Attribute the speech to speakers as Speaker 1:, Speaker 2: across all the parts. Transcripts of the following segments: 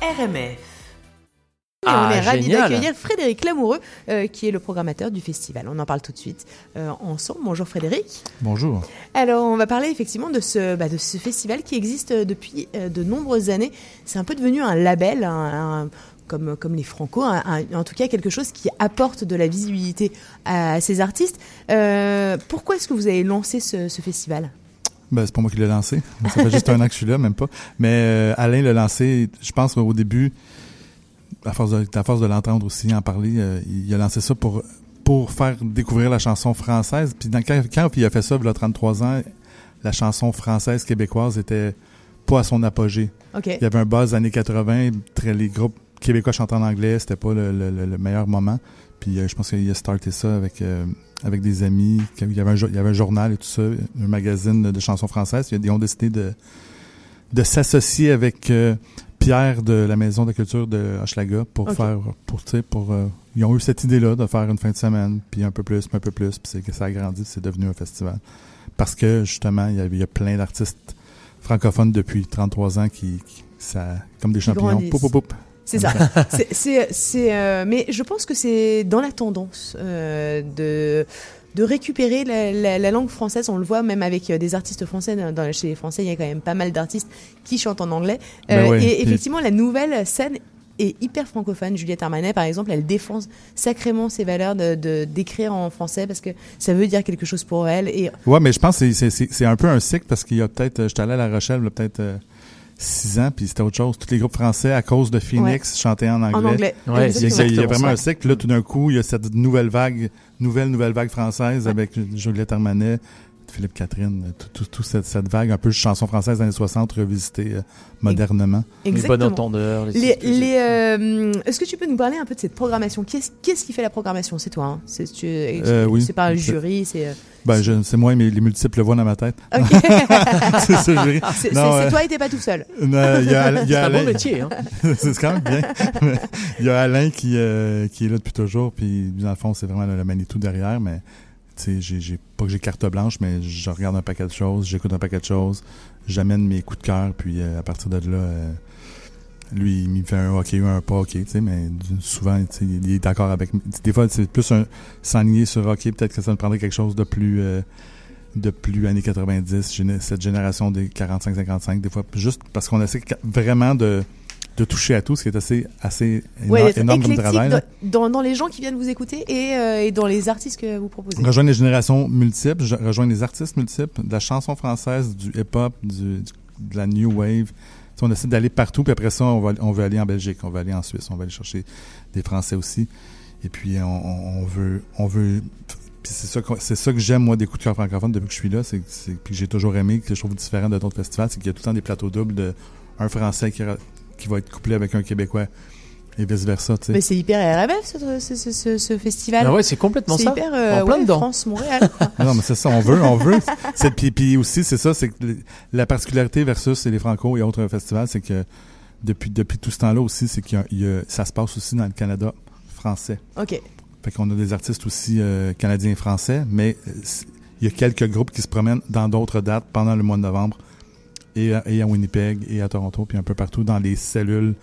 Speaker 1: RMF.
Speaker 2: Et
Speaker 3: Ah,
Speaker 2: on est ravis
Speaker 3: génial.
Speaker 2: d'accueillir Frédéric Lamoureux, euh, qui est le programmateur du festival. On en parle tout de suite euh, ensemble. Bonjour Frédéric.
Speaker 4: Bonjour.
Speaker 2: Alors, on va parler effectivement de ce, bah, de ce festival qui existe euh, depuis euh, de nombreuses années. C'est un peu devenu un label, un- un- comme, comme les Franco, un- un- en tout cas quelque chose qui apporte de la visibilité à ces artistes. Euh, pourquoi est-ce que vous avez lancé ce, ce festival
Speaker 4: Ben, c'est pas moi qui l'ai lancé. Ça fait juste un an que je suis là, même pas. Mais euh, Alain l'a lancé, je pense au début, à force de, à force de l'entendre aussi en parler, euh, il a lancé ça pour pour faire découvrir la chanson française. Puis dans, quand, quand il a fait ça, il y a 33 ans, la chanson française québécoise était pas à son apogée.
Speaker 2: Ok.
Speaker 4: Il y avait un buzz années 80, très, les groupes québécois chantent en anglais, c'était pas le, le- le- le meilleur moment. Puis euh, je pense qu'il a starté ça avec euh, avec des amis. qu'il y avait un jo- Il y, avait un, journal et tout ça, un magazine de chansons françaises. Ils ont décidé de de s'associer avec euh, Pierre de la Maison de Culture de Hochelaga pour
Speaker 2: Ok.
Speaker 4: faire pour tu sais, pour euh, ils ont eu cette idée-là de faire une fin de semaine, puis un peu plus, puis un peu plus, puis c'est que ça a grandi, c'est devenu un festival. Parce que justement, il y, avait- il y a plein d'artistes francophones depuis 33 ans qui, qui- ça comme des champignons.
Speaker 2: grandissent.
Speaker 4: Poup, poup, poup.
Speaker 2: C'est ça. C'est- c'est- c'est, euh, mais je pense que c'est dans la tendance euh, de de récupérer la, la- la langue française. On le voit même avec euh, des artistes français. Dans, dans- chez les Français, il y a quand même pas mal d'artistes qui chantent en anglais. Euh,
Speaker 4: Ben ouais,
Speaker 2: et
Speaker 4: puis-
Speaker 2: effectivement, la nouvelle scène est hyper francophone. Juliette Armanet, par exemple, elle défend sacrément ses valeurs de de- d'écrire en français parce que ça veut dire quelque chose pour elle. Et
Speaker 4: Ouais, mais je pense que c'est- c'est- c'est c'est un peu un cycle parce qu'il y a peut-être, euh, j'étais allé à La Rochelle, il y a peut-être euh, six ans, puis c'était autre chose. Tous les groupes français, à cause de Phoenix, chantaient en anglais.
Speaker 2: en anglais.
Speaker 3: Ouais,
Speaker 4: Il y, a, il y a- il y a
Speaker 3: Exactement.
Speaker 4: vraiment un cycle. Puis Là, tout d'un coup, il y a cette nouvelle vague, nouvelle, nouvelle vague française avec Juliette Armanet, Philippe Catherine, toute tout, tout cette, cette vague, un peu chanson française des années 60 revisitée euh, modernement.
Speaker 3: Les bonnes
Speaker 2: Exactement.
Speaker 3: entendeurs.
Speaker 2: Les, les, euh, Est-ce que tu peux nous parler un peu de cette programmation Qu'est-ce qu'est-ce qui fait la programmation C'est toi. Hein c'est tu-
Speaker 4: oui.
Speaker 2: c'est pas un jury, c'est euh,
Speaker 4: Ben, je- c'est moi, mais les multiples voix dans ma tête.
Speaker 2: ok.
Speaker 4: c'est ça, je ris.
Speaker 2: c'est c'est-
Speaker 4: Non,
Speaker 2: c'est
Speaker 4: euh,
Speaker 2: toi et t'es pas tout seul.
Speaker 4: Non, il y a, il y
Speaker 3: C'est
Speaker 4: a
Speaker 3: un
Speaker 4: Alain-
Speaker 3: bon métier. Hein.
Speaker 4: c'est quand même bien. Mais Il y a Alain qui, euh, qui est là depuis toujours, puis dans le fond, c'est vraiment le, le Manitou derrière, mais tu sais, j'ai- j'ai pas que j'ai carte blanche, mais je regarde un paquet de choses, j'écoute un paquet de choses, j'amène mes coups de cœur, puis euh, à partir de là, euh, lui, il me fait un OK ou un pas OK, tu sais, mais du- souvent, tu sais, il est d'accord avec... Des fois, c'est plus un s'enligner sur OK, peut-être que ça me prendrait quelque chose de plus... euh, de plus années 90, géné- cette génération des 45-55, des fois, juste parce qu'on essaie ca- vraiment de, de toucher à tout, ce qui est assez, assez éno-
Speaker 2: Ouais, d'être
Speaker 4: énorme comme
Speaker 2: éclectique
Speaker 4: travail. là.
Speaker 2: dans, dans, dans les gens qui viennent vous écouter et, euh, et dans les artistes que vous proposez.
Speaker 4: Rejoindre les générations multiples, je- rejoindre les artistes multiples, de la chanson française, du hip-hop, du, du- de la new wave. Tu sais, on essaie d'aller partout, puis après ça, on, va, on veut aller en Belgique, on veut aller en Suisse, on veut aller chercher des Français aussi. Et puis, on, on- on veut... On veut puis c'est ça, qu'on- c'est ça que j'aime, moi, des coups de cœur francophones depuis que je suis là, c'est, c'est- puis que j'ai toujours aimé, que je trouve différent de d'autres festivals, c'est qu'il y a tout le temps des plateaux doubles de un Français qui, ra- qui va être couplé avec un Québécois et vice-versa, tu sais.
Speaker 2: Mais c'est hyper RMF ce, ce, ce, ce- ce festival.
Speaker 3: Ah ouais, c'est complètement
Speaker 2: c'est
Speaker 3: ça.
Speaker 2: hyper euh,
Speaker 3: en plein
Speaker 2: ouais,
Speaker 3: dedans.
Speaker 2: France Montréal. quoi.
Speaker 4: Non, mais c'est ça, on veut, on veut. C'est, puis, puis aussi, c'est ça, c'est que le- la particularité versus les Franco et autres festivals, c'est que depuis, depuis tout ce temps-là aussi, c'est qu'il y a- il y a- ça se passe aussi dans le Canada français.
Speaker 2: ok.
Speaker 4: Fait qu'on a des artistes aussi euh, canadiens et français, mais euh, c'est- il y a quelques groupes qui se promènent dans d'autres dates pendant le mois de novembre et, à- et à Winnipeg et à Toronto, puis un peu partout dans les cellules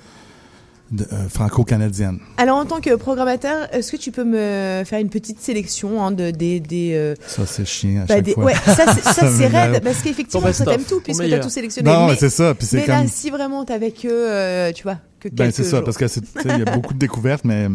Speaker 4: de- euh, franco-canadiennes.
Speaker 2: Alors en tant que programmateur, est-ce que tu peux me faire une petite sélection hein, de des des, euh,
Speaker 4: Ça, c'est chiant à
Speaker 2: bah,
Speaker 4: chaque
Speaker 2: des-
Speaker 4: fois.
Speaker 2: ouais ça c'est- ça
Speaker 4: Ça
Speaker 2: c'est
Speaker 4: me met
Speaker 2: raide
Speaker 4: mal.
Speaker 2: parce
Speaker 3: Ton
Speaker 2: qu'effectivement ça
Speaker 3: best-of,
Speaker 2: t'aime tout
Speaker 3: ton
Speaker 2: puisque t'as
Speaker 3: meilleur.
Speaker 2: tout sélectionné.
Speaker 4: Non, mais
Speaker 2: mais-
Speaker 4: c'est ça, puis c'est
Speaker 2: Mais
Speaker 4: comme...
Speaker 2: là, si vraiment t'es avec eux, euh, tu vois, que
Speaker 4: Ben,
Speaker 2: quelques
Speaker 4: c'est ça,
Speaker 2: jours.
Speaker 4: parce que c'est- tu sais, il y a beaucoup de découvertes, mais.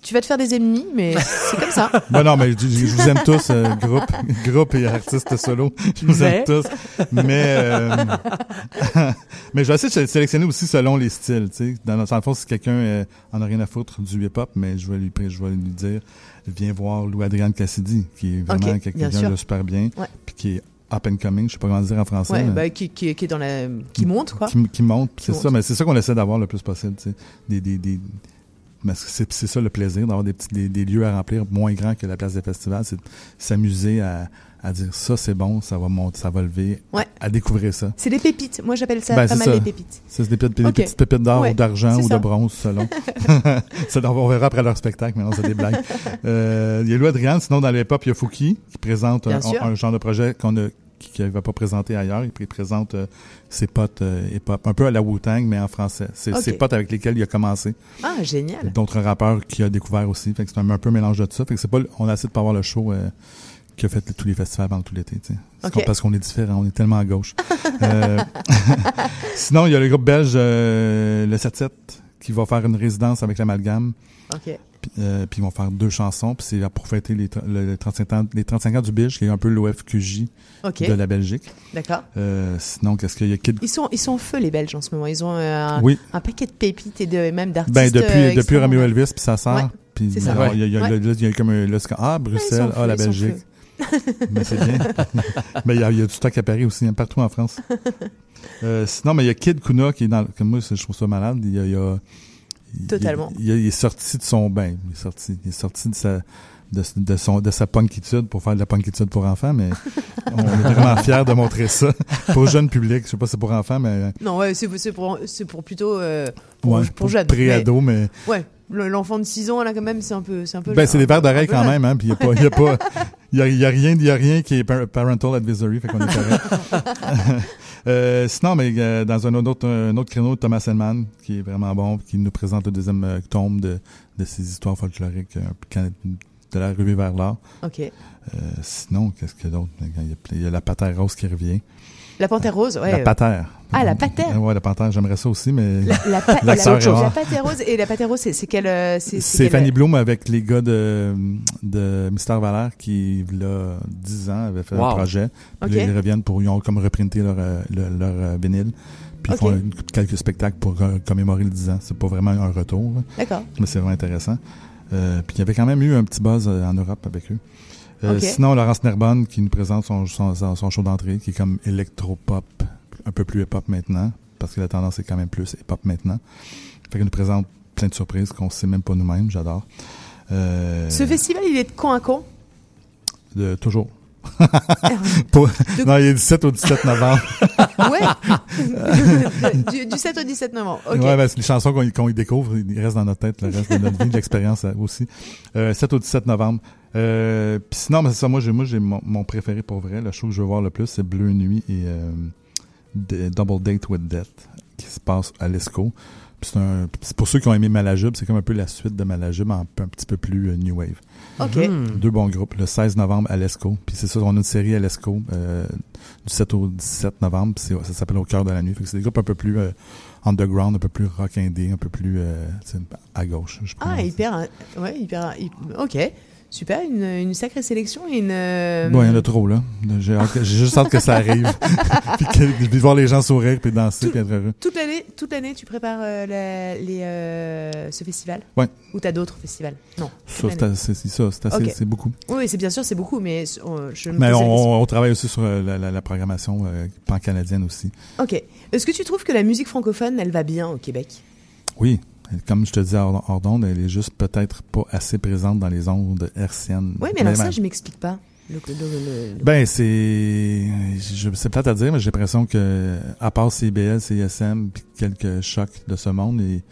Speaker 2: Tu vas te faire des ennemis, mais c'est comme ça.
Speaker 4: Ben non, mais je, je- je vous aime tous, euh, groupe, groupe et artistes solo. Je vous
Speaker 3: Mais-
Speaker 4: aime tous. Mais, euh, mais je vais essayer de sé- sélectionner aussi selon les styles, tu sais. Dans, le- dans le fond, si quelqu'un euh, en a rien à foutre du hip-hop, mais je vais lui, pré- je vais lui dire, viens voir Louis-Adrien Cassidy, qui est vraiment
Speaker 2: Ok, bien
Speaker 4: quelqu'un
Speaker 2: sûr.
Speaker 4: de super bien,
Speaker 2: Ouais.
Speaker 4: puis qui est up and coming, je sais pas comment dire en français.
Speaker 2: Ouais,
Speaker 4: mais-
Speaker 2: bah, qui, qui, qui est dans la, qui monte quoi.
Speaker 4: qui, qui monte, puis c'est
Speaker 2: monte.
Speaker 4: ça, mais c'est ça qu'on essaie d'avoir le plus possible, tu sais. Des, des, des, mais c'est c'est ça le plaisir d'avoir des, petits, des, des lieux à remplir moins grands que la place des festivals, c'est de s'amuser à, à dire ça c'est bon, ça va monter, ça va lever,
Speaker 2: Ouais.
Speaker 4: à, à découvrir ça.
Speaker 2: C'est des pépites. Moi, j'appelle ça
Speaker 4: Ben,
Speaker 2: pas
Speaker 4: c'est
Speaker 2: mal
Speaker 4: ça.
Speaker 2: des pépites.
Speaker 4: Ça, c'est des petites, des
Speaker 2: Ok.
Speaker 4: petites pépites d'or
Speaker 2: Ouais,
Speaker 4: ou d'argent
Speaker 2: c'est
Speaker 4: ou
Speaker 2: ça.
Speaker 4: de bronze, selon. ça, on verra après leur spectacle, mais non, c'est des blagues. Euh, Il y a Louis Adrian, sinon dans le hip-hop, il y a Fouki, qui présente
Speaker 2: Bien
Speaker 4: un,
Speaker 2: sûr.
Speaker 4: un genre de projet qu'on a qu'il va pas présenter ailleurs. Il présente euh, ses potes euh, hip-hop, un peu à la Wu-Tang, mais en français. C'est
Speaker 2: Ok.
Speaker 4: ses potes avec lesquels il a commencé.
Speaker 2: Ah, génial.
Speaker 4: D'autres rappeurs qu'il a découvert aussi. Fait que c'est un, un peu mélange de tout ça. Fait que c'est pas, le- on a essayé de pas avoir le show euh, qui a fait tous les festivals pendant tout l'été. tu sais. C'est
Speaker 2: Ok.
Speaker 4: qu'on- Parce qu'on est différents, on est tellement à gauche. Euh, sinon, il y a le groupe belge euh, Le 7-7 qui va faire une résidence avec l'amalgame.
Speaker 2: Ok.
Speaker 4: Puis, euh, puis ils vont faire deux chansons. Puis c'est pour fêter les, tra- le- le 35 ans, les 35 ans du Biche, qui est un peu l'OFQJ
Speaker 2: Ok.
Speaker 4: de la Belgique.
Speaker 2: D'accord.
Speaker 4: Euh, sinon, qu'est-ce qu'il y a? Kid...
Speaker 2: Ils sont, ils sont au feu, les Belges, en ce moment. Ils ont euh, un,
Speaker 4: Oui,
Speaker 2: un paquet de pépites et de, et même d'artistes.
Speaker 4: ben
Speaker 2: euh,
Speaker 4: depuis, depuis
Speaker 2: extrêmement-
Speaker 4: Romeo Elvis, puis sa sœur.
Speaker 2: Ouais,
Speaker 4: puis
Speaker 2: c'est ça.
Speaker 4: alors, il y a, il y a-
Speaker 2: Ouais.
Speaker 4: là, il y a comme un- là, c'est comme, ah,
Speaker 2: Ouais, ils sont
Speaker 4: Bruxelles,
Speaker 2: au
Speaker 4: ah, la
Speaker 2: feu, ils sont au
Speaker 4: Belgique.
Speaker 2: feu.
Speaker 4: Mais c'est bien. mais il y, a- il y a du stock à Paris aussi, hein, partout en France. Euh, sinon, mais il y a Kid Kuna qui est dans. le- Comme moi, je trouve ça malade. Il y a. il y a- il-
Speaker 2: Totalement.
Speaker 4: Il, il est sorti de son bain. Il est sorti, il est sorti de sa. De, de son, de sa punkitude pour faire de la punkitude pour enfants, mais on est vraiment fiers de montrer ça pour le jeune public. Je sais pas si c'est pour enfants, mais
Speaker 2: Non, ouais, c'est c'est pour, c'est pour plutôt. euh, pour,
Speaker 4: ouais,
Speaker 2: pour, jeunes.
Speaker 4: pré-ado, mais
Speaker 2: Mais, ouais, le- l'enfant de 6 ans, là, quand même, c'est un peu. C'est un peu
Speaker 4: Ben, c'est des verres d'oreille
Speaker 2: un peu
Speaker 4: quand
Speaker 2: jeune.
Speaker 4: même, hein. Puis il y a pas, il y a pas, il y a, il y a rien, il y a rien qui est par- parental advisory, fait qu'on est correct. euh, sinon, mais euh, dans un autre, un autre créneau, Thomas Hellman, qui est vraiment bon, qui nous présente le deuxième euh, tome de, de ses histoires folkloriques euh, can- de la revue vers l'art.
Speaker 2: Ok.
Speaker 4: Euh, sinon, qu'est-ce qu'il y a d'autre Il y a, il y a la patère rose qui revient.
Speaker 2: La panthère rose, ouais.
Speaker 4: la patère.
Speaker 2: Ah, la patère.
Speaker 4: Ouais, la patère. J'aimerais ça aussi, mais
Speaker 2: La, la, pa-
Speaker 4: La
Speaker 2: la,
Speaker 4: sœur
Speaker 2: autre chose, la
Speaker 4: est rare.
Speaker 2: pâte rose et la pâte rose, c'est c'est quelle euh, c'est- c'est
Speaker 4: C'est
Speaker 2: quelle-
Speaker 4: Fanny Bloom avec les gars de, de Mystère Valère qui, il y a 10 ans, avait fait un
Speaker 1: Wow.
Speaker 4: projet. Puis là,
Speaker 2: Ok.
Speaker 4: ils reviennent pour, ils ont comme reprinté leur, euh, le- leur, euh, vinyle. Puis ils
Speaker 2: Ok.
Speaker 4: font une- quelques spectacles pour euh, commémorer le 10 ans. C'est pas vraiment un retour, là,
Speaker 2: D'accord.
Speaker 4: mais c'est vraiment intéressant. Euh, puis il y avait quand même eu un petit buzz euh, en Europe avec eux. Euh,
Speaker 2: Ok.
Speaker 4: Sinon, Laurence Nerbonne qui nous présente son, son, son- son show d'entrée qui est comme électropop, un peu plus hip-hop maintenant, parce que la tendance est quand même plus hip-hop maintenant. Fait qu'elle nous présente plein de surprises qu'on sait même pas nous-mêmes, j'adore. Euh,
Speaker 2: Ce festival, il est de con à con.
Speaker 4: de- toujours. Pour-
Speaker 2: De-
Speaker 4: Non, il est du 7 au 17 novembre.
Speaker 2: Ouais. du, du 7 au 17 novembre. Ok.
Speaker 4: Ouais, ben, c'est les chansons qu'on y- qu'on y découvre, ils restent dans notre tête le reste de notre vie, de l'expérience euh, aussi. Euh, 7 au 17 novembre. Euh, Puis sinon, ben, c'est ça, moi, j'ai moi, j'ai mon, mon préféré pour vrai, le show que je veux voir le plus, c'est Bleu Nuit et euh, D- Double Date with Death, qui se passe à l'ESCO. Puis C'est un- c'est pour ceux qui ont aimé Malajub, c'est comme un peu la suite de Malajub, en- un petit peu plus euh, New Wave.
Speaker 2: Ok.
Speaker 4: Mhm.
Speaker 1: Hmm.
Speaker 4: Deux bons groupes, le 16 novembre à l'ESCO. Puis c'est ça, on a une série à l'ESCO euh, du 7 au 17 novembre. Puis c'est- ça s'appelle Au cœur de la nuit. Fait que c'est des groupes un peu plus euh, underground, un peu plus rock indé, un peu plus euh, tu sais, à gauche. Je
Speaker 2: Ah,
Speaker 4: pense.
Speaker 2: hyper. hein, Ouais, hyper. hy- Ok. Super, une, une sacrée sélection et une. euh,
Speaker 4: Bon, il y en a trop, là. J'ai hâte que- j'ai juste hâte que ça arrive. puis, que- puis voir les gens sourire, puis danser,
Speaker 2: Tout-
Speaker 4: puis être heureux.
Speaker 2: Toute l'année, toute l'année, tu prépares euh, la- les, euh, ce festival.
Speaker 4: Ouais.
Speaker 2: Ou t'as d'autres festivals. Non. toute
Speaker 4: Ça, c'est
Speaker 2: l'année.
Speaker 4: assez- c'est ça, c'est assez-
Speaker 2: Ok.
Speaker 4: c'est beaucoup.
Speaker 2: Oui, c'est bien sûr, c'est beaucoup, mais euh, je me posais
Speaker 4: Mais
Speaker 2: la question.
Speaker 4: on, on travaille aussi sur euh, la, la- la programmation euh, pan-canadienne aussi.
Speaker 2: Ok. Est-ce que tu trouves que la musique francophone, elle va bien au Québec
Speaker 4: Oui, comme je te disais hors, hors d'onde, elle est juste peut-être pas assez présente dans les ondes hertziennes.
Speaker 2: Oui, mais alors
Speaker 4: Même
Speaker 2: ça, je m'explique pas. Le, le- le- le-
Speaker 4: Ben c'est je c'est plate à dire mais j'ai l'impression que à part CBL, CSM puis quelques chocs de ce monde et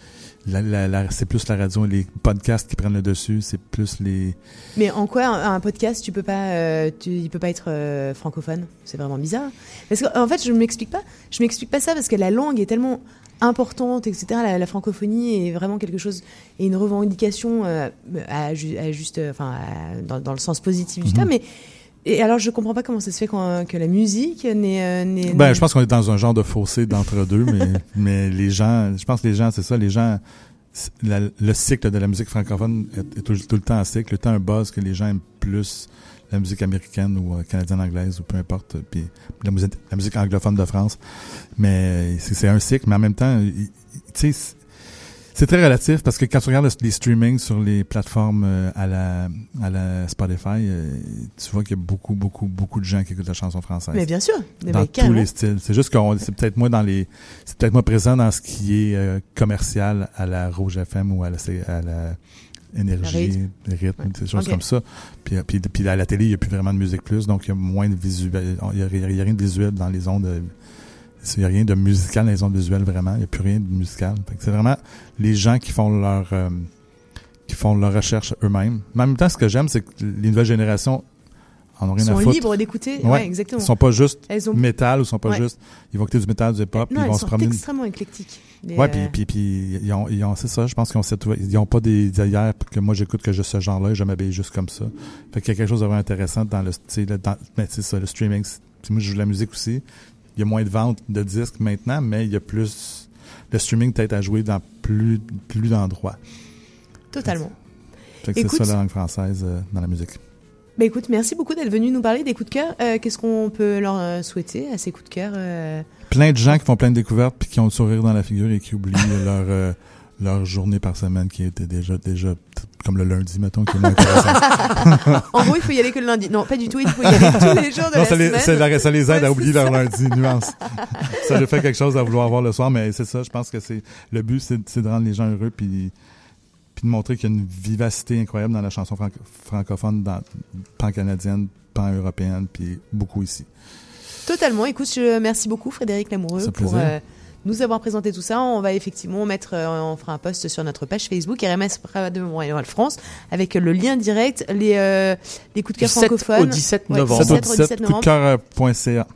Speaker 4: la, la, la- c'est plus la radio et les podcasts qui prennent le dessus, c'est plus les
Speaker 2: Mais en quoi un, un podcast, tu peux pas, euh, tu, il peut pas être euh, francophone C'est vraiment bizarre. Parce que, en fait, je m'explique pas. Je m'explique pas ça parce que la langue est tellement importante, etc. La, la francophonie est vraiment quelque chose et une revendication euh, à, ju- à juste, euh, enfin, à- dans, dans le sens positif du
Speaker 4: Mhm.
Speaker 2: terme. Mais et alors, je comprends pas comment ça se fait qu'on- que la musique n'est. euh, n'est-
Speaker 4: Ben,
Speaker 2: n'est-
Speaker 4: je pense qu'on est dans un genre de fossé d'entre-deux, mais, mais les gens, je pense que les gens, c'est ça, les gens, c'est- la- le cycle de la musique francophone est, est tout, tout le temps un cycle, le temps un buzz que les gens aiment plus la musique américaine ou euh, canadienne anglaise ou peu importe, euh, puis la musique, la musique anglophone de France. Mais euh, c'est c'est un cycle, mais en même temps, il- il- tu sais, c'est- c'est très relatif parce que quand tu regardes le- les streamings sur les plateformes euh, à la, à la Spotify, euh, tu vois qu'il y a beaucoup, beaucoup, beaucoup de gens qui écoutent la chanson française
Speaker 2: Mais bien sûr. Mais
Speaker 4: dans tous
Speaker 2: carrément.
Speaker 4: les styles. C'est juste qu'on c'est peut-être moins dans les c'est peut-être moins présent dans ce qui est euh, commercial à la Rouge FM ou à la C- à la énergie, rythme,
Speaker 2: Ouais.
Speaker 4: des choses
Speaker 2: Ok.
Speaker 4: comme ça. Puis, euh, puis, puis à la télé, il n'y a plus vraiment de musique plus, donc il y a moins de visuel, il y a, il y a rien de visuel dans les ondes euh, il n'y a rien de musical dans les ondes visuelles vraiment, il n'y a plus rien de musical. Fait que C'est vraiment les gens qui font leur euh, qui font leur recherche eux-mêmes. Mais en même temps, ce que j'aime, c'est que les nouvelles générations en ont rien à
Speaker 2: sont
Speaker 4: foutre.
Speaker 2: libres d'écouter. Ouais,
Speaker 4: Ouais.
Speaker 2: exactement.
Speaker 4: Ils sont pas juste
Speaker 2: Elles ont-
Speaker 4: métal ou sont pas
Speaker 2: Mm. Ouais.
Speaker 4: juste. Ils vont écouter du métal, du hip-hop, puis
Speaker 2: non,
Speaker 4: ils
Speaker 2: elles
Speaker 4: vont se
Speaker 2: sont
Speaker 4: promener.
Speaker 2: extrêmement éclectiques. Mais,
Speaker 4: Ouais,
Speaker 2: euh,
Speaker 4: puis, puis, puis ils ont, ils ont- c'est ça, je pense qu'ils ont cette ouver- ils ont pas des ailleurs que moi j'écoute que juste ce genre-là et je m'habille juste comme ça. Fait qu'il y a quelque chose de vraiment intéressant dans le, tu sais, le- dans, mais c'est ça, le streaming. c'est- puis moi je joue de la musique aussi. Il y a moins de ventes de disques maintenant, mais il y a plus, le streaming peut-être à jouer dans plus, plus d'endroits.
Speaker 2: totalement.
Speaker 4: Fait que c'est
Speaker 2: Écoute-
Speaker 4: ça la langue française euh, dans la musique.
Speaker 2: Bah écoute, merci beaucoup d'être venu nous parler des coups de cœur. Euh, Qu'est-ce qu'on peut leur euh, souhaiter à ces coups de cœur euh,
Speaker 4: Plein de gens qui font plein de découvertes puis qui ont le sourire dans la figure et qui oublient leur, euh, leur journée par semaine qui était déjà, déjà, comme le lundi, mettons, qui est moins intéressant.
Speaker 2: En gros, il faut y aller que le lundi. Non, pas du tout. Il faut y aller tous les jours de
Speaker 4: Non,
Speaker 2: la
Speaker 4: ça les, ça
Speaker 2: semaine.
Speaker 4: les- ça les aide
Speaker 2: Ouais,
Speaker 4: à oublier
Speaker 2: c'est
Speaker 4: leur lundi, nuance. ça leur fait quelque chose à vouloir voir le soir, mais c'est ça, je pense que c'est le but, c'est c'est de rendre les gens heureux puis, puis de montrer qu'il y a une vivacité incroyable dans la chanson franc- francophone, dans- pan-canadienne, pan-européenne, puis beaucoup ici.
Speaker 2: Totalement. Écoute, je, merci beaucoup Frédéric Lamoureux
Speaker 4: Ça fait
Speaker 2: pour
Speaker 4: plaisir.
Speaker 2: euh, nous avoir présenté tout ça. On va effectivement mettre, euh, on fera un post sur notre page Facebook RMS Radio Montréal France avec le lien direct, les, euh, les coups de
Speaker 1: Du
Speaker 2: cœur
Speaker 1: 7 au
Speaker 2: francophones.
Speaker 1: 17
Speaker 2: Ouais,
Speaker 1: novembre.
Speaker 4: 7
Speaker 2: 17
Speaker 4: au
Speaker 2: au 17
Speaker 4: 17, coup de cœur, euh, point CA.